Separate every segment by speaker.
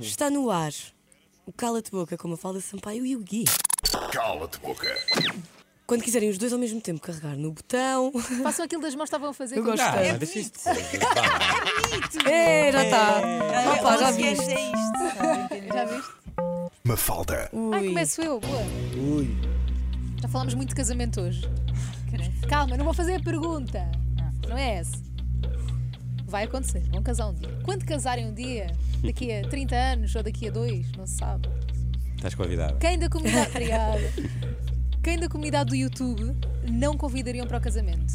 Speaker 1: Está no ar o Cala-te Boca com a Falda Sampaio e o Gui.
Speaker 2: Cala-te boca.
Speaker 1: Quando quiserem os dois ao mesmo tempo carregar no botão.
Speaker 3: Façam aquilo das mãos que estavam a fazer.
Speaker 1: Eu
Speaker 3: com-
Speaker 1: gosto.
Speaker 4: Ah,
Speaker 1: É
Speaker 4: mas isto.
Speaker 1: É, já está. Opa, já
Speaker 5: é
Speaker 1: viste.
Speaker 5: isto.
Speaker 3: Já viste?
Speaker 2: Mafalda.
Speaker 3: Ai,
Speaker 1: Ui.
Speaker 3: começo eu. Boa. Já falámos muito de casamento hoje. Calma, não vou fazer a pergunta. Não é essa. Vai acontecer, vão casar um dia. Quando casarem um dia, daqui a 30 anos ou daqui a dois, não se sabe.
Speaker 4: Estás convidada.
Speaker 3: Quem da comunidade. Obrigada. Quem da comunidade do YouTube não convidariam para o casamento?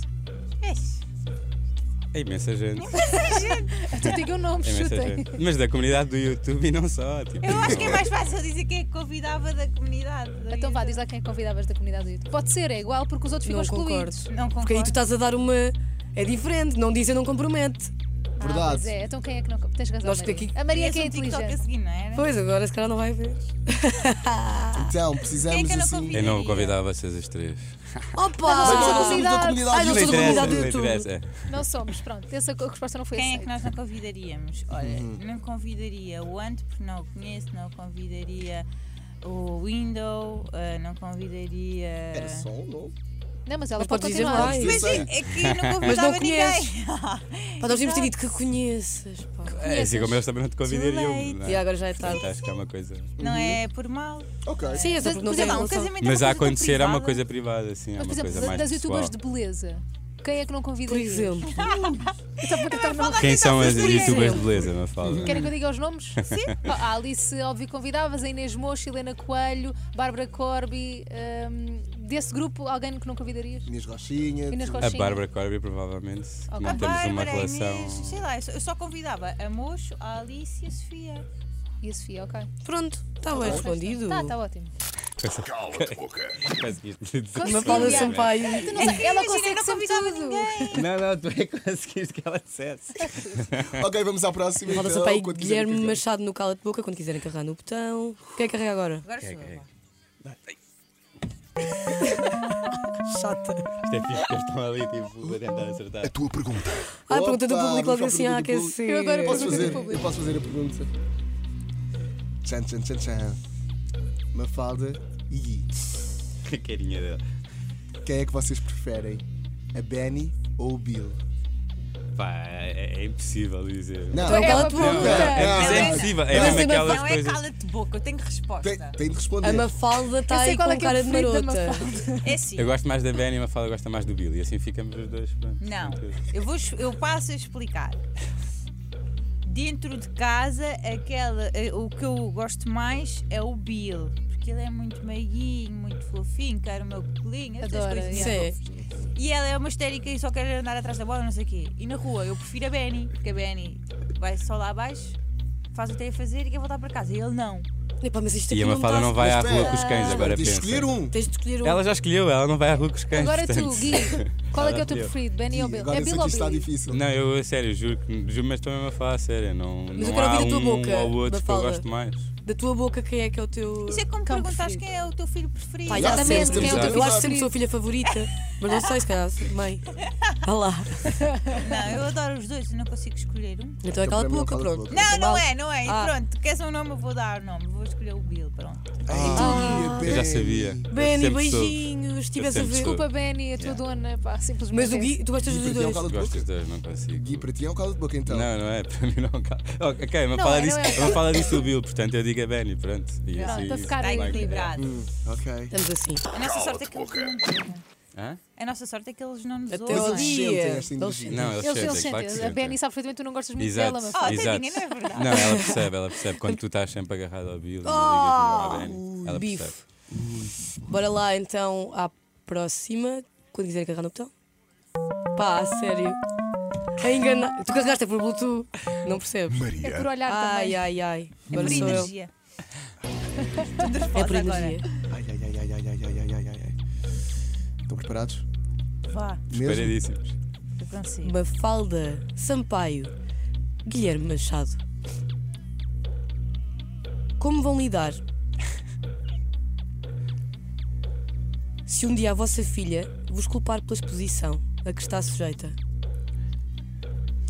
Speaker 4: É imensa gente.
Speaker 3: Até digam nomes,
Speaker 4: É imensa
Speaker 3: chutem.
Speaker 4: gente. Mas da comunidade do YouTube e não só. Tipo,
Speaker 5: Eu acho que é mais fácil dizer quem é que convidava da comunidade. do
Speaker 3: Então vá,
Speaker 5: YouTube.
Speaker 3: diz lá quem convidavas da comunidade do YouTube. Pode ser, é igual, porque os outros ficam
Speaker 1: Não concordo.
Speaker 3: excluídos.
Speaker 5: Não concordo.
Speaker 1: Porque aí tu estás a dar uma. É diferente, não diz e não compromete.
Speaker 3: Verdade. Ah, pois é, então quem é que não. Tens razão.
Speaker 1: Nós
Speaker 3: Maria.
Speaker 1: que aqui-
Speaker 3: A Maria é
Speaker 5: Tinhas
Speaker 3: que é
Speaker 5: um TikTok a
Speaker 3: inteligente.
Speaker 5: seguir, não era?
Speaker 1: Pois agora esse cara não vai ver.
Speaker 6: Então,
Speaker 5: Quem é
Speaker 6: precisamos
Speaker 5: que eu não
Speaker 6: assim.
Speaker 4: eu não
Speaker 5: convidaria?
Speaker 4: convidava vocês as três.
Speaker 1: Opa!
Speaker 3: comunidade.
Speaker 1: Ai, não
Speaker 4: Não
Speaker 1: sou da
Speaker 4: interessa,
Speaker 1: comunidade do
Speaker 4: não
Speaker 1: YouTube.
Speaker 4: interessa.
Speaker 3: Não somos, pronto. Essa co- resposta não foi
Speaker 5: Quem é que
Speaker 3: aceita.
Speaker 5: nós não convidaríamos? Olha,
Speaker 4: Uhum.
Speaker 5: não convidaria o Ant, porque não o conheço, não convidaria o Window, ah, não convidaria.
Speaker 6: Era só um novo.
Speaker 3: Não, mas ela
Speaker 1: Mas
Speaker 3: pode
Speaker 1: podes dizer
Speaker 3: continuar.
Speaker 1: mais.
Speaker 5: Mas é, é que eu não
Speaker 1: Mas não
Speaker 5: convidava
Speaker 1: conheces.
Speaker 5: ninguém.
Speaker 1: Pá, nós devíamos ter dito que conheças. Pá.
Speaker 4: É, assim como eles também não te convidariam.
Speaker 5: late.
Speaker 4: não é?
Speaker 1: E agora já é tarde.
Speaker 4: Portanto, acho que é uma coisa.
Speaker 5: Não é por mal.
Speaker 6: Ok.
Speaker 1: Sim, é só
Speaker 3: Mas,
Speaker 1: porque
Speaker 3: por
Speaker 1: não tem
Speaker 3: exemplo, um
Speaker 1: relação.
Speaker 5: Casamento
Speaker 4: Mas
Speaker 5: é uma
Speaker 4: a
Speaker 5: coisa tão
Speaker 4: acontecer é uma
Speaker 5: privada.
Speaker 4: coisa privada, assim. É
Speaker 3: Mas, por
Speaker 4: uma coisa
Speaker 3: exemplo, da-
Speaker 4: mais.
Speaker 3: das youtubers de
Speaker 4: pessoal.
Speaker 3: beleza, quem é que não
Speaker 1: Por
Speaker 3: convidaria?
Speaker 1: exemplo.
Speaker 3: Só porque estava numa-
Speaker 4: Quem são
Speaker 5: é
Speaker 4: as
Speaker 1: fazer
Speaker 4: youtubers
Speaker 1: isso.
Speaker 4: de beleza, Mafalda?
Speaker 3: Querem que eu diga os nomes? Sim. A Alice, óbvio, convidavas, a Inês Mocho, Helena Coelho, Bárbara Corby. hum, desse grupo, alguém que não convidarias?
Speaker 6: Minhas rochinhas.
Speaker 3: Inês
Speaker 4: A
Speaker 3: Coxinha.
Speaker 4: Bárbara Corby, provavelmente. que
Speaker 3: Ok.
Speaker 4: Não
Speaker 5: A
Speaker 4: temos uma
Speaker 5: Bárbara, a
Speaker 4: relação.
Speaker 5: Inês, sei lá, eu só- eu só convidava a Mocho, a Alice e a Sofia.
Speaker 3: E a Sofia, ok.
Speaker 1: Pronto, está bem respondido.
Speaker 3: Tá, tá ótimo.
Speaker 2: Cala-te boca.
Speaker 4: Conseguiste dizer
Speaker 1: Uma
Speaker 3: Sim,
Speaker 1: Paula
Speaker 3: Diana.
Speaker 1: Sampaio.
Speaker 6: é.
Speaker 3: Tu não sei- ela
Speaker 5: Imagina, eu
Speaker 3: consegue
Speaker 5: não
Speaker 3: sempre
Speaker 5: convidava
Speaker 3: tudo.
Speaker 5: ninguém.
Speaker 4: Não, não, tu é que conseguiste que ela dissesse.
Speaker 6: Ok, vamos à próxima.
Speaker 1: Roda
Speaker 6: então,
Speaker 1: Sampaio e
Speaker 6: quando quiserem
Speaker 1: Guilherme
Speaker 6: carregar.
Speaker 1: Machado no cala de boca quando quiserem carregar no botão. Quem é que carrega agora?
Speaker 5: Agora sou eu.
Speaker 1: Chata.
Speaker 4: Isto é fixe que eles estão ali, tipo, a tentar acertar.
Speaker 2: A tua pergunta.
Speaker 1: Ah, a pergunta do
Speaker 6: Opa,
Speaker 1: público logo
Speaker 6: vamos
Speaker 1: assim
Speaker 6: para
Speaker 1: a
Speaker 6: a pergunta do público.
Speaker 1: aquecer.
Speaker 3: Eu adoro a
Speaker 6: Posso
Speaker 3: É. pergunta do
Speaker 6: fazer?
Speaker 3: público.
Speaker 6: Eu posso fazer a pergunta. Tchan, tchan, tchan, tchan. Mafalda e Gui.
Speaker 4: A carinha dela.
Speaker 6: Quem é que vocês preferem? A Benny ou o Bill?
Speaker 4: Pá, é, é impossível dizer.
Speaker 6: Não,
Speaker 1: Então
Speaker 3: É
Speaker 1: cala
Speaker 3: uma
Speaker 1: a boca.
Speaker 4: Não,
Speaker 3: pergunta.
Speaker 4: é, mas é
Speaker 5: Não,
Speaker 4: impossível.
Speaker 1: não.
Speaker 4: É mesmo
Speaker 1: Não,
Speaker 4: aquelas
Speaker 5: Não é
Speaker 4: coisas.
Speaker 5: cala-te boca, eu tenho resposta.
Speaker 6: tem,
Speaker 3: Tá.
Speaker 6: tem de responder.
Speaker 1: A Mafalda
Speaker 3: Eu
Speaker 1: está
Speaker 3: sei
Speaker 1: aí
Speaker 3: qual
Speaker 1: com
Speaker 3: é que é o
Speaker 1: cara de
Speaker 3: preferido da
Speaker 1: marota.
Speaker 3: Mafalda.
Speaker 5: É assim.
Speaker 4: Eu gosto mais da Benny e a Mafalda gosta mais do Billy. Assim ficamos os dois. Pronto,
Speaker 5: Não,
Speaker 4: tranquilos.
Speaker 5: eu, vou, es- eu passo a explicar. Dentro de casa, aquela, eh, o que eu gosto mais é o Bill, porque ele é muito meiguinho, muito fofinho, quer o meu colinho, essas
Speaker 3: Adoro,
Speaker 5: coisinhas.
Speaker 1: Sim.
Speaker 5: E ela é uma histérica e só quer andar atrás da bola, não sei o quê. E na rua, eu prefiro a Benny, porque a Benny vai só lá abaixo, faz o que tem a fazer e quer voltar para casa. E ele não.
Speaker 1: Epá, mas isto aqui
Speaker 4: E a
Speaker 1: não
Speaker 4: Mafalda
Speaker 1: tá-
Speaker 4: não vai à
Speaker 6: Mas
Speaker 4: rua
Speaker 6: espera,
Speaker 4: com os cães, agora
Speaker 6: Tens de
Speaker 4: pensa.
Speaker 6: escolher um.
Speaker 1: Tens de escolher um.
Speaker 4: Ela já escolheu, ela não vai à rua com os cães.
Speaker 3: Agora tu,
Speaker 4: portanto.
Speaker 3: Gui, qual é que é o teu
Speaker 4: Agora eu.
Speaker 3: preferido, Benny ou Bill?
Speaker 6: Agora
Speaker 3: É
Speaker 6: essa
Speaker 3: Bill
Speaker 6: aqui
Speaker 3: ou
Speaker 6: está
Speaker 3: Bill?
Speaker 6: difícil.
Speaker 4: Não, eu a sério, juro, que- juro mas estou mesmo a falar a sério. Não,
Speaker 1: eu
Speaker 4: não
Speaker 1: quero
Speaker 4: há
Speaker 1: ouvir a tua
Speaker 4: um
Speaker 1: boca,
Speaker 4: ou outro que eu
Speaker 1: Mafalda.
Speaker 4: gosto mais.
Speaker 1: Da tua boca, quem é que é o teu.
Speaker 5: Isso é como
Speaker 3: Cão
Speaker 5: perguntares
Speaker 3: preferido.
Speaker 5: quem é o teu filho preferido.
Speaker 1: Pá,
Speaker 6: Já
Speaker 1: exatamente,
Speaker 6: sei,
Speaker 1: quem é o teu...
Speaker 4: exato.
Speaker 1: Eu acho que sempre sou a filha favorita, mas não sei se calhar, sou mãe. Vá lá.
Speaker 5: Não, eu adoro os dois, eu não consigo escolher um.
Speaker 1: Então é
Speaker 6: Então,
Speaker 1: cala a
Speaker 6: para mim é o
Speaker 1: boca,
Speaker 6: cala-te
Speaker 1: pronto.
Speaker 6: boca.
Speaker 5: Não, não
Speaker 1: mal.
Speaker 5: é, não é. E
Speaker 1: Ah.
Speaker 5: Pronto, queres um nome, eu vou dar o nome. Vou escolher o Bill, pronto.
Speaker 6: Ah,
Speaker 4: Eu já sabia.
Speaker 1: Benny,
Speaker 4: Sempre soube.
Speaker 1: beijinhos, estivesse a
Speaker 4: sempre
Speaker 1: ver.
Speaker 4: soube.
Speaker 3: Desculpa, Benny, a tua dona, pá, simplesmente.
Speaker 1: Mas o Gui, tu gostas
Speaker 6: E
Speaker 1: dos
Speaker 6: para ti é um
Speaker 1: dois.
Speaker 6: cala de
Speaker 4: Gosto
Speaker 6: boca?
Speaker 4: dos dois, não consigo.
Speaker 6: Gui, para ti é um cala de boca então.
Speaker 4: Não, não é, para mim não cabe. Ok, ok, uma
Speaker 3: Não
Speaker 4: fala
Speaker 3: é, não
Speaker 4: disso,
Speaker 3: é.
Speaker 4: uma fala disso o Bill, portanto eu digo a Benny, pronto. E
Speaker 3: Pronto,
Speaker 4: assim-
Speaker 3: para ficar
Speaker 5: Está
Speaker 3: Bem,
Speaker 5: Tá equilibrado.
Speaker 6: Hum, Ok.
Speaker 1: Estamos assim.
Speaker 5: A nossa sorte é que
Speaker 2: Cala-te
Speaker 5: eles
Speaker 2: boca.
Speaker 5: não nos ouvem.
Speaker 4: Hã?
Speaker 5: A nossa sorte é que eles não nos
Speaker 1: Até
Speaker 5: ouvem.
Speaker 1: ao
Speaker 6: Eles
Speaker 1: dia.
Speaker 6: sentem esta
Speaker 1: Eles
Speaker 6: energia.
Speaker 1: sentem.
Speaker 4: Não, eles
Speaker 3: Eles,
Speaker 4: sentem,
Speaker 3: eles
Speaker 4: claro
Speaker 3: sentem.
Speaker 4: que
Speaker 3: A
Speaker 4: sentem.
Speaker 3: Benny sabe perfeitamente que tu não gostas muito
Speaker 4: Exato, Ah,
Speaker 3: dela, mas.
Speaker 5: tadinha,
Speaker 4: exato.
Speaker 5: não é verdade.
Speaker 4: Não, ela percebe, ela percebe. Quando tu estás sempre agarrado ao Bill,
Speaker 5: Oh,
Speaker 4: não ligas nenhuma à Benny. Ela percebe.
Speaker 1: Bife. Bora lá então à próxima. Quando quiserem carregar no botão. Pá, a sério. A enganar. Tu carregaste é por Bluetooth. Não percebes?
Speaker 3: É por
Speaker 2: Maria.
Speaker 3: olhar
Speaker 1: Ai,
Speaker 3: também.
Speaker 1: ai, ai.
Speaker 5: É Por
Speaker 1: Agora sou eu.
Speaker 5: energia. Estou nervosa
Speaker 1: É por
Speaker 5: agora.
Speaker 1: energia.
Speaker 6: Ai, ai, ai, ai, ai, ai, ai, ai, ai, ai, ai. Estão preparados?
Speaker 5: Vá,
Speaker 6: Mesmo?
Speaker 4: Paradíssimos.
Speaker 5: eu consigo.
Speaker 1: Mafalda Sampaio. Guilherme Machado. Como vão lidar? Se um dia a vossa filha vos culpar pela exposição a que está sujeita.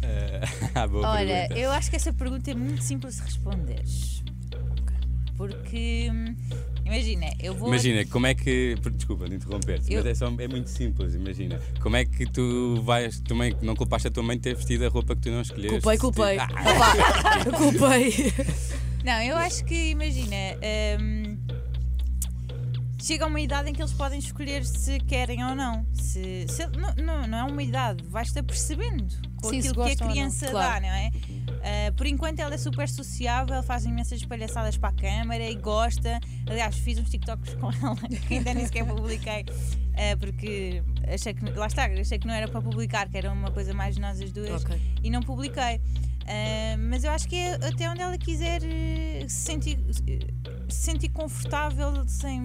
Speaker 4: Eh, Ah, boa
Speaker 5: Olha,
Speaker 4: pergunta.
Speaker 5: eu acho que essa pergunta é muito simples de responder. Porque, hum, imagina, eu vou.
Speaker 4: Imagina, como é que. Desculpa de interromper-te,
Speaker 5: Eu-
Speaker 4: mas é, só, é muito simples. Imagina, como é que tu vais. Tu mãe, não culpaste a tua mãe de ter vestido a roupa que tu não escolheste?
Speaker 1: Culpei, culpei.
Speaker 4: Ah,
Speaker 1: Opa, culpei.
Speaker 5: Não, eu acho que, imagina. hum, Chega a uma idade em que eles podem escolher se querem ou não. Se, se- não, não, não é uma idade, vais-te percebendo com
Speaker 3: Sim, se
Speaker 5: aquilo que a
Speaker 3: gostam ou não.
Speaker 5: criança dá,
Speaker 1: Claro.
Speaker 5: não é? Ah, por enquanto ela é super sociável, faz imensas palhaçadas para a câmara e gosta. Aliás, fiz uns TikToks com ela que ainda nem sequer publiquei. ah, porque achei que lá está, achei que não era para publicar, que era uma coisa mais de nós as duas
Speaker 1: Ok.
Speaker 5: e não publiquei. Ah, mas eu acho que é até onde ela quiser eh, se sentir, eh, se sentir confortável sem,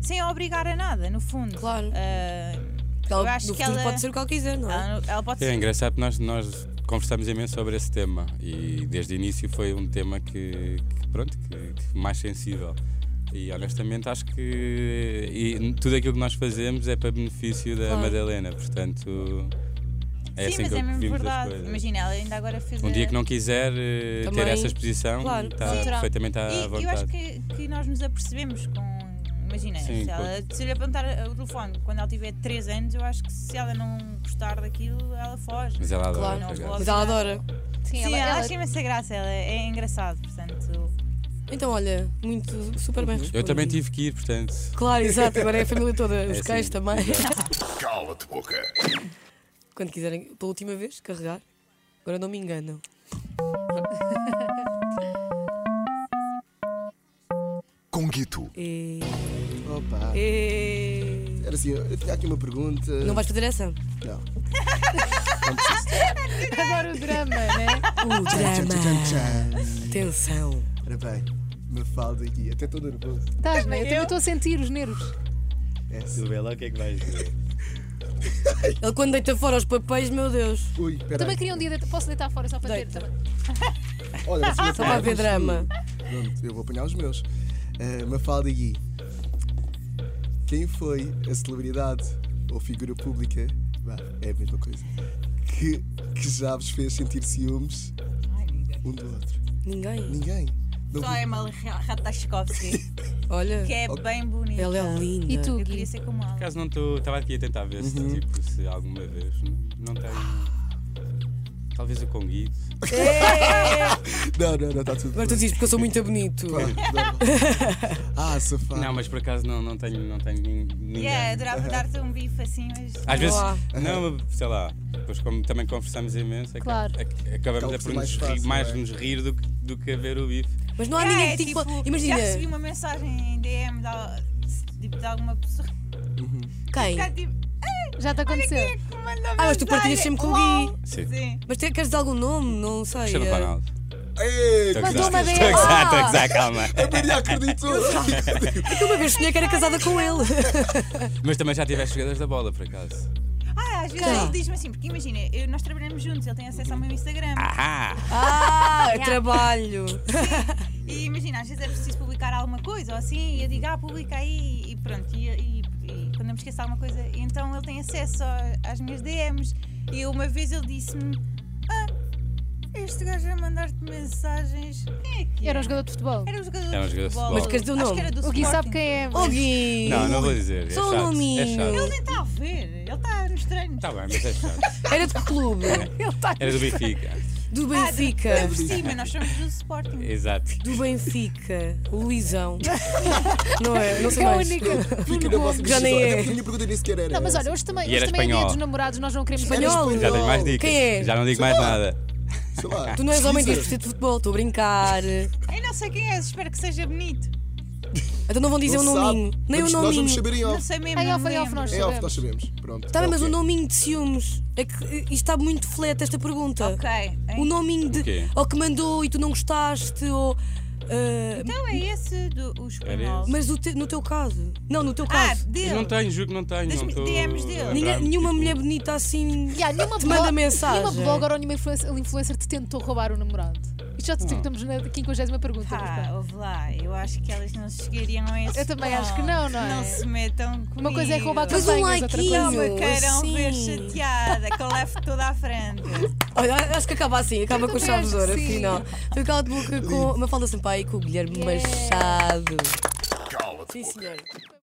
Speaker 5: sem a obrigar a nada, no fundo.
Speaker 1: Claro.
Speaker 5: Ah,
Speaker 1: Porque
Speaker 5: eu
Speaker 1: ela,
Speaker 5: acho
Speaker 1: no
Speaker 5: que
Speaker 1: futuro
Speaker 5: ela- Ah,
Speaker 1: pode ser o que ela quiser, não é?
Speaker 5: ela, ela pode
Speaker 4: É
Speaker 5: ser
Speaker 4: engraçado que nós, nós conversamos imenso sobre esse tema e desde o início foi um tema que, que, pronto, que, que mais sensível. E honestamente acho que e tudo aquilo que nós fazemos é para benefício da
Speaker 1: Claro.
Speaker 4: Madalena, portanto é assim
Speaker 5: Sim, mas
Speaker 4: que
Speaker 5: é mesmo
Speaker 4: vimos as
Speaker 5: verdade.
Speaker 4: coisas.
Speaker 5: Imagina, ela ainda agora fez
Speaker 4: Um
Speaker 5: a-
Speaker 4: dia que não quiser eh,
Speaker 1: Também-
Speaker 4: ter essa exposição,
Speaker 1: Claro,
Speaker 4: está
Speaker 3: natural.
Speaker 4: perfeitamente à
Speaker 5: E
Speaker 4: vontade.
Speaker 5: eu acho que, que nós nos apercebemos com. Imagina,
Speaker 4: Sim,
Speaker 5: se, ela, se lhe apontar o telefone quando ela tiver 3 anos, eu acho que se ela não gostar daquilo, ela foge.
Speaker 4: Mas ela adora
Speaker 1: Claro.
Speaker 4: por acaso.
Speaker 1: Mas ela adora.
Speaker 5: Sim,
Speaker 3: Sim,
Speaker 5: ela,
Speaker 3: ela, ela-
Speaker 5: acha imensa graça, ela é engraçado, portanto.
Speaker 1: Então, olha, muito super bem respondido.
Speaker 4: Eu também tive que ir, portanto.
Speaker 1: Claro, exato, agora é a família toda,
Speaker 4: é
Speaker 1: os cães
Speaker 4: assim,
Speaker 1: também.
Speaker 4: exato.
Speaker 2: Cala-te boca.
Speaker 1: Quando quiserem, pela última vez, carregar. Agora não me enganam.
Speaker 2: Conguito.
Speaker 1: E...
Speaker 6: Opa.
Speaker 1: E...
Speaker 6: Era assim, eu tinha aqui uma pergunta.
Speaker 1: Não vais fazer essa?
Speaker 6: Não.
Speaker 3: Agora o drama, né?
Speaker 1: O
Speaker 6: Tchan, tchan, tchan,
Speaker 1: drama.
Speaker 6: tchan.
Speaker 1: Atenção.
Speaker 6: Ora bem, me falda aqui. Até estou nervoso.
Speaker 3: Estás, né? Eu também estou a sentir os nervos.
Speaker 6: É.
Speaker 4: Tu vê lá o que é que vais dizer.
Speaker 1: Ele quando deita fora os papéis, meu Deus.
Speaker 6: Ui, peraí.
Speaker 3: Também queria um dia deitar. Posso deitar fora só para ter?
Speaker 1: Deita.
Speaker 3: também?
Speaker 6: Olha, mas
Speaker 1: Só para haver drama.
Speaker 6: Pronto, eu vou apanhar os meus. Ah, Mafalda Gui, quem foi a celebridade ou figura pública? vá, é a mesma coisa. Que, que já vos fez sentir ciúmes um do outro?
Speaker 1: Ninguém.
Speaker 6: Ninguém. Não
Speaker 5: Só
Speaker 6: vi-
Speaker 5: é mal Ratashkovski,
Speaker 1: Olha,
Speaker 5: que é bem bonita.
Speaker 1: ela é linda.
Speaker 3: E tu,
Speaker 5: Eu
Speaker 3: Gui?
Speaker 5: queria ser como ela.
Speaker 4: Caso não estou. Estava aqui a tentar ver se,
Speaker 6: Uhum.
Speaker 4: tipo, se alguma vez. Não, não tenho. eh, Talvez o Conguito.
Speaker 6: Não, não, não, está tudo
Speaker 1: Agora tu dizes porque eu sou muito bonito.
Speaker 6: Pá, não. Ah, safado.
Speaker 4: Não, mas por acaso não, não tenho, não tenho nin- ninguém.
Speaker 5: Yeah, adorava dar-te um bife assim, mas.
Speaker 4: Às vezes.
Speaker 1: Olá.
Speaker 4: Não, sei lá. Depois, como também conversamos imenso, é ac-
Speaker 3: Claro.
Speaker 4: ac-
Speaker 6: Acaba
Speaker 4: acabamos a por
Speaker 6: por ser
Speaker 4: nos
Speaker 6: mais
Speaker 4: rir,
Speaker 6: fácil,
Speaker 4: mais
Speaker 6: não é?
Speaker 4: nos rir do que, do que a ver o bife.
Speaker 1: Mas não há
Speaker 5: Yeah,
Speaker 1: ninguém
Speaker 5: é
Speaker 1: que tipo.
Speaker 5: Já recebi
Speaker 1: Imagina.
Speaker 5: uma mensagem em DM de, al- tipo, de alguma pessoa.
Speaker 1: Quem?
Speaker 5: Ficar tipo,
Speaker 3: Já te
Speaker 5: olha quem
Speaker 3: aconteceu?
Speaker 5: é que me mandou
Speaker 1: Ah, mas tu
Speaker 5: mensagem?
Speaker 1: partilhas sempre com o
Speaker 5: Lol.
Speaker 1: Gui.
Speaker 4: Sim.
Speaker 5: Sim.
Speaker 1: Mas te- queres dizer algum nome? Não sei.
Speaker 4: Cristiano
Speaker 1: eh,
Speaker 4: Ronaldo.
Speaker 6: Ei,
Speaker 4: Estou a
Speaker 3: Mandou
Speaker 4: gozar,
Speaker 3: uma
Speaker 4: estou a
Speaker 3: DM.
Speaker 4: gozar, estou a gozar, calma.
Speaker 6: Maria acreditou.
Speaker 1: Eu uma vez sonhei que era casada com ele.
Speaker 4: Mas também já tiveste jogadas da bola, por acaso.
Speaker 5: Ah, às vezes
Speaker 1: Quem?
Speaker 5: ele diz-me assim, porque imagina, eu- nós trabalhamos juntos, ele tem acesso ao meu Instagram.
Speaker 4: Ah!
Speaker 1: Ah, trabalho.
Speaker 5: E imagina, às vezes é preciso publicar alguma coisa ou assim, e eu digo, ah, publica aí e pronto. E, e- e quando eu me esqueço de alguma coisa, então ele tem acesso a- às minhas DMs. E uma vez ele disse-me, ah, este gajo vai mandar-te mensagens. Quem é que
Speaker 3: Era um
Speaker 5: é?
Speaker 3: jogador de futebol.
Speaker 5: Era um jogador
Speaker 4: Era um jogador
Speaker 5: de
Speaker 4: de
Speaker 5: futebol.
Speaker 4: futebol. Mas
Speaker 1: queres dizer o
Speaker 5: Acho
Speaker 1: nome?
Speaker 5: que era do
Speaker 3: O Gui sabe
Speaker 5: Sporting.
Speaker 3: quem é.
Speaker 1: Oh,
Speaker 3: mas-
Speaker 1: Gui.
Speaker 4: Não, não vou dizer. É
Speaker 1: Só um
Speaker 4: chato, é
Speaker 1: nominho.
Speaker 5: Ele
Speaker 4: chato.
Speaker 5: nem está a ver, ele está nos treinos.
Speaker 4: Está bem, mas é chato.
Speaker 1: Era de que clube?
Speaker 3: Ele tá- está.
Speaker 4: Era do Benfica.
Speaker 1: Do
Speaker 5: Ah, de-
Speaker 1: Benfica.
Speaker 5: por cima, nós somos do Sporting.
Speaker 4: Exato.
Speaker 1: Do Benfica. O Luizão. Não é? Não sei
Speaker 3: É a
Speaker 1: mais.
Speaker 3: única.
Speaker 6: Fica na vossa
Speaker 1: Já nem
Speaker 6: decisão.
Speaker 1: é.
Speaker 6: Até porque a minha pergunta nem sequer era.
Speaker 3: Não, mas
Speaker 6: essa.
Speaker 3: olha, hoje também,
Speaker 4: E
Speaker 3: hoje
Speaker 4: era
Speaker 3: também é dia
Speaker 4: espanhol.
Speaker 3: dos namorados, nós não queremos saber.
Speaker 1: Espanhol.
Speaker 4: Já tenho mais dicas.
Speaker 1: Quem é?
Speaker 4: Já não digo mais nada.
Speaker 6: Sei lá.
Speaker 1: Tu não és homem que és
Speaker 6: Pesquisa.
Speaker 1: vestido de futebol, estou a brincar.
Speaker 5: Eu não sei quem é, espero que seja bonito.
Speaker 1: Então não vão dizer o
Speaker 6: Não sabe.
Speaker 1: nominho. Nem o
Speaker 6: Vamos- Nós vamos
Speaker 1: nominho.
Speaker 6: saber em
Speaker 5: Não
Speaker 6: off.
Speaker 5: sei mesmo.
Speaker 3: Em
Speaker 5: não
Speaker 3: off,
Speaker 5: me
Speaker 3: em off
Speaker 5: lembro.
Speaker 3: nós
Speaker 6: Em off nós
Speaker 3: sabemos.
Speaker 6: sabemos. Pronto.
Speaker 1: Está Tá bem,
Speaker 6: é
Speaker 1: mas
Speaker 6: ok.
Speaker 1: o nominho de ciúmes. É que eh, isto está muito flete esta pergunta.
Speaker 5: Ok.
Speaker 3: É
Speaker 1: O nominho de.
Speaker 4: O quê?
Speaker 1: Ou que mandou e tu não gostaste, ou. eh,
Speaker 5: Então é esse do o espanhol.
Speaker 4: esse.
Speaker 1: mas do te- no teu caso. Não, no teu
Speaker 5: Ah,
Speaker 1: caso.
Speaker 5: dele.
Speaker 4: Eu não tenho, juro que não tenho.
Speaker 5: Das
Speaker 4: não tô
Speaker 5: DMs dele.
Speaker 4: a
Speaker 1: Ninguém-
Speaker 4: lembrar-me,
Speaker 1: nenhuma
Speaker 4: tipo,
Speaker 1: mulher bonita assim.
Speaker 3: Yeah, nenhuma
Speaker 1: Te manda
Speaker 3: blog-
Speaker 1: mensagem.
Speaker 3: Nenhuma blogger ou nenhuma influencer, influencer te tentou roubar o namorado. Isto já te digo que estamos na 50 pergunta. mas
Speaker 5: Pá,
Speaker 3: pronto.
Speaker 5: ouve lá, eu acho que elas não chegariam a esse
Speaker 3: Eu também acho que
Speaker 5: ponto.
Speaker 3: não, não é?
Speaker 5: Não se metam comigo.
Speaker 3: Uma coisa é roubar
Speaker 1: Mas um
Speaker 3: campanhas, outra coisa
Speaker 5: Não
Speaker 1: likeinho.
Speaker 3: é-
Speaker 5: me queiram
Speaker 1: assim.
Speaker 5: ver chateada, que eu levo toda à frente.
Speaker 1: Olha, acho que acaba assim, acaba com o
Speaker 3: também
Speaker 1: Chaves de
Speaker 3: acho
Speaker 1: Ouro,
Speaker 3: que sim.
Speaker 1: afinal. Foi o Cala de Boca com uma falda Sampaio e com o Guilherme Machado. Sim,
Speaker 2: Cala-te
Speaker 1: senhor.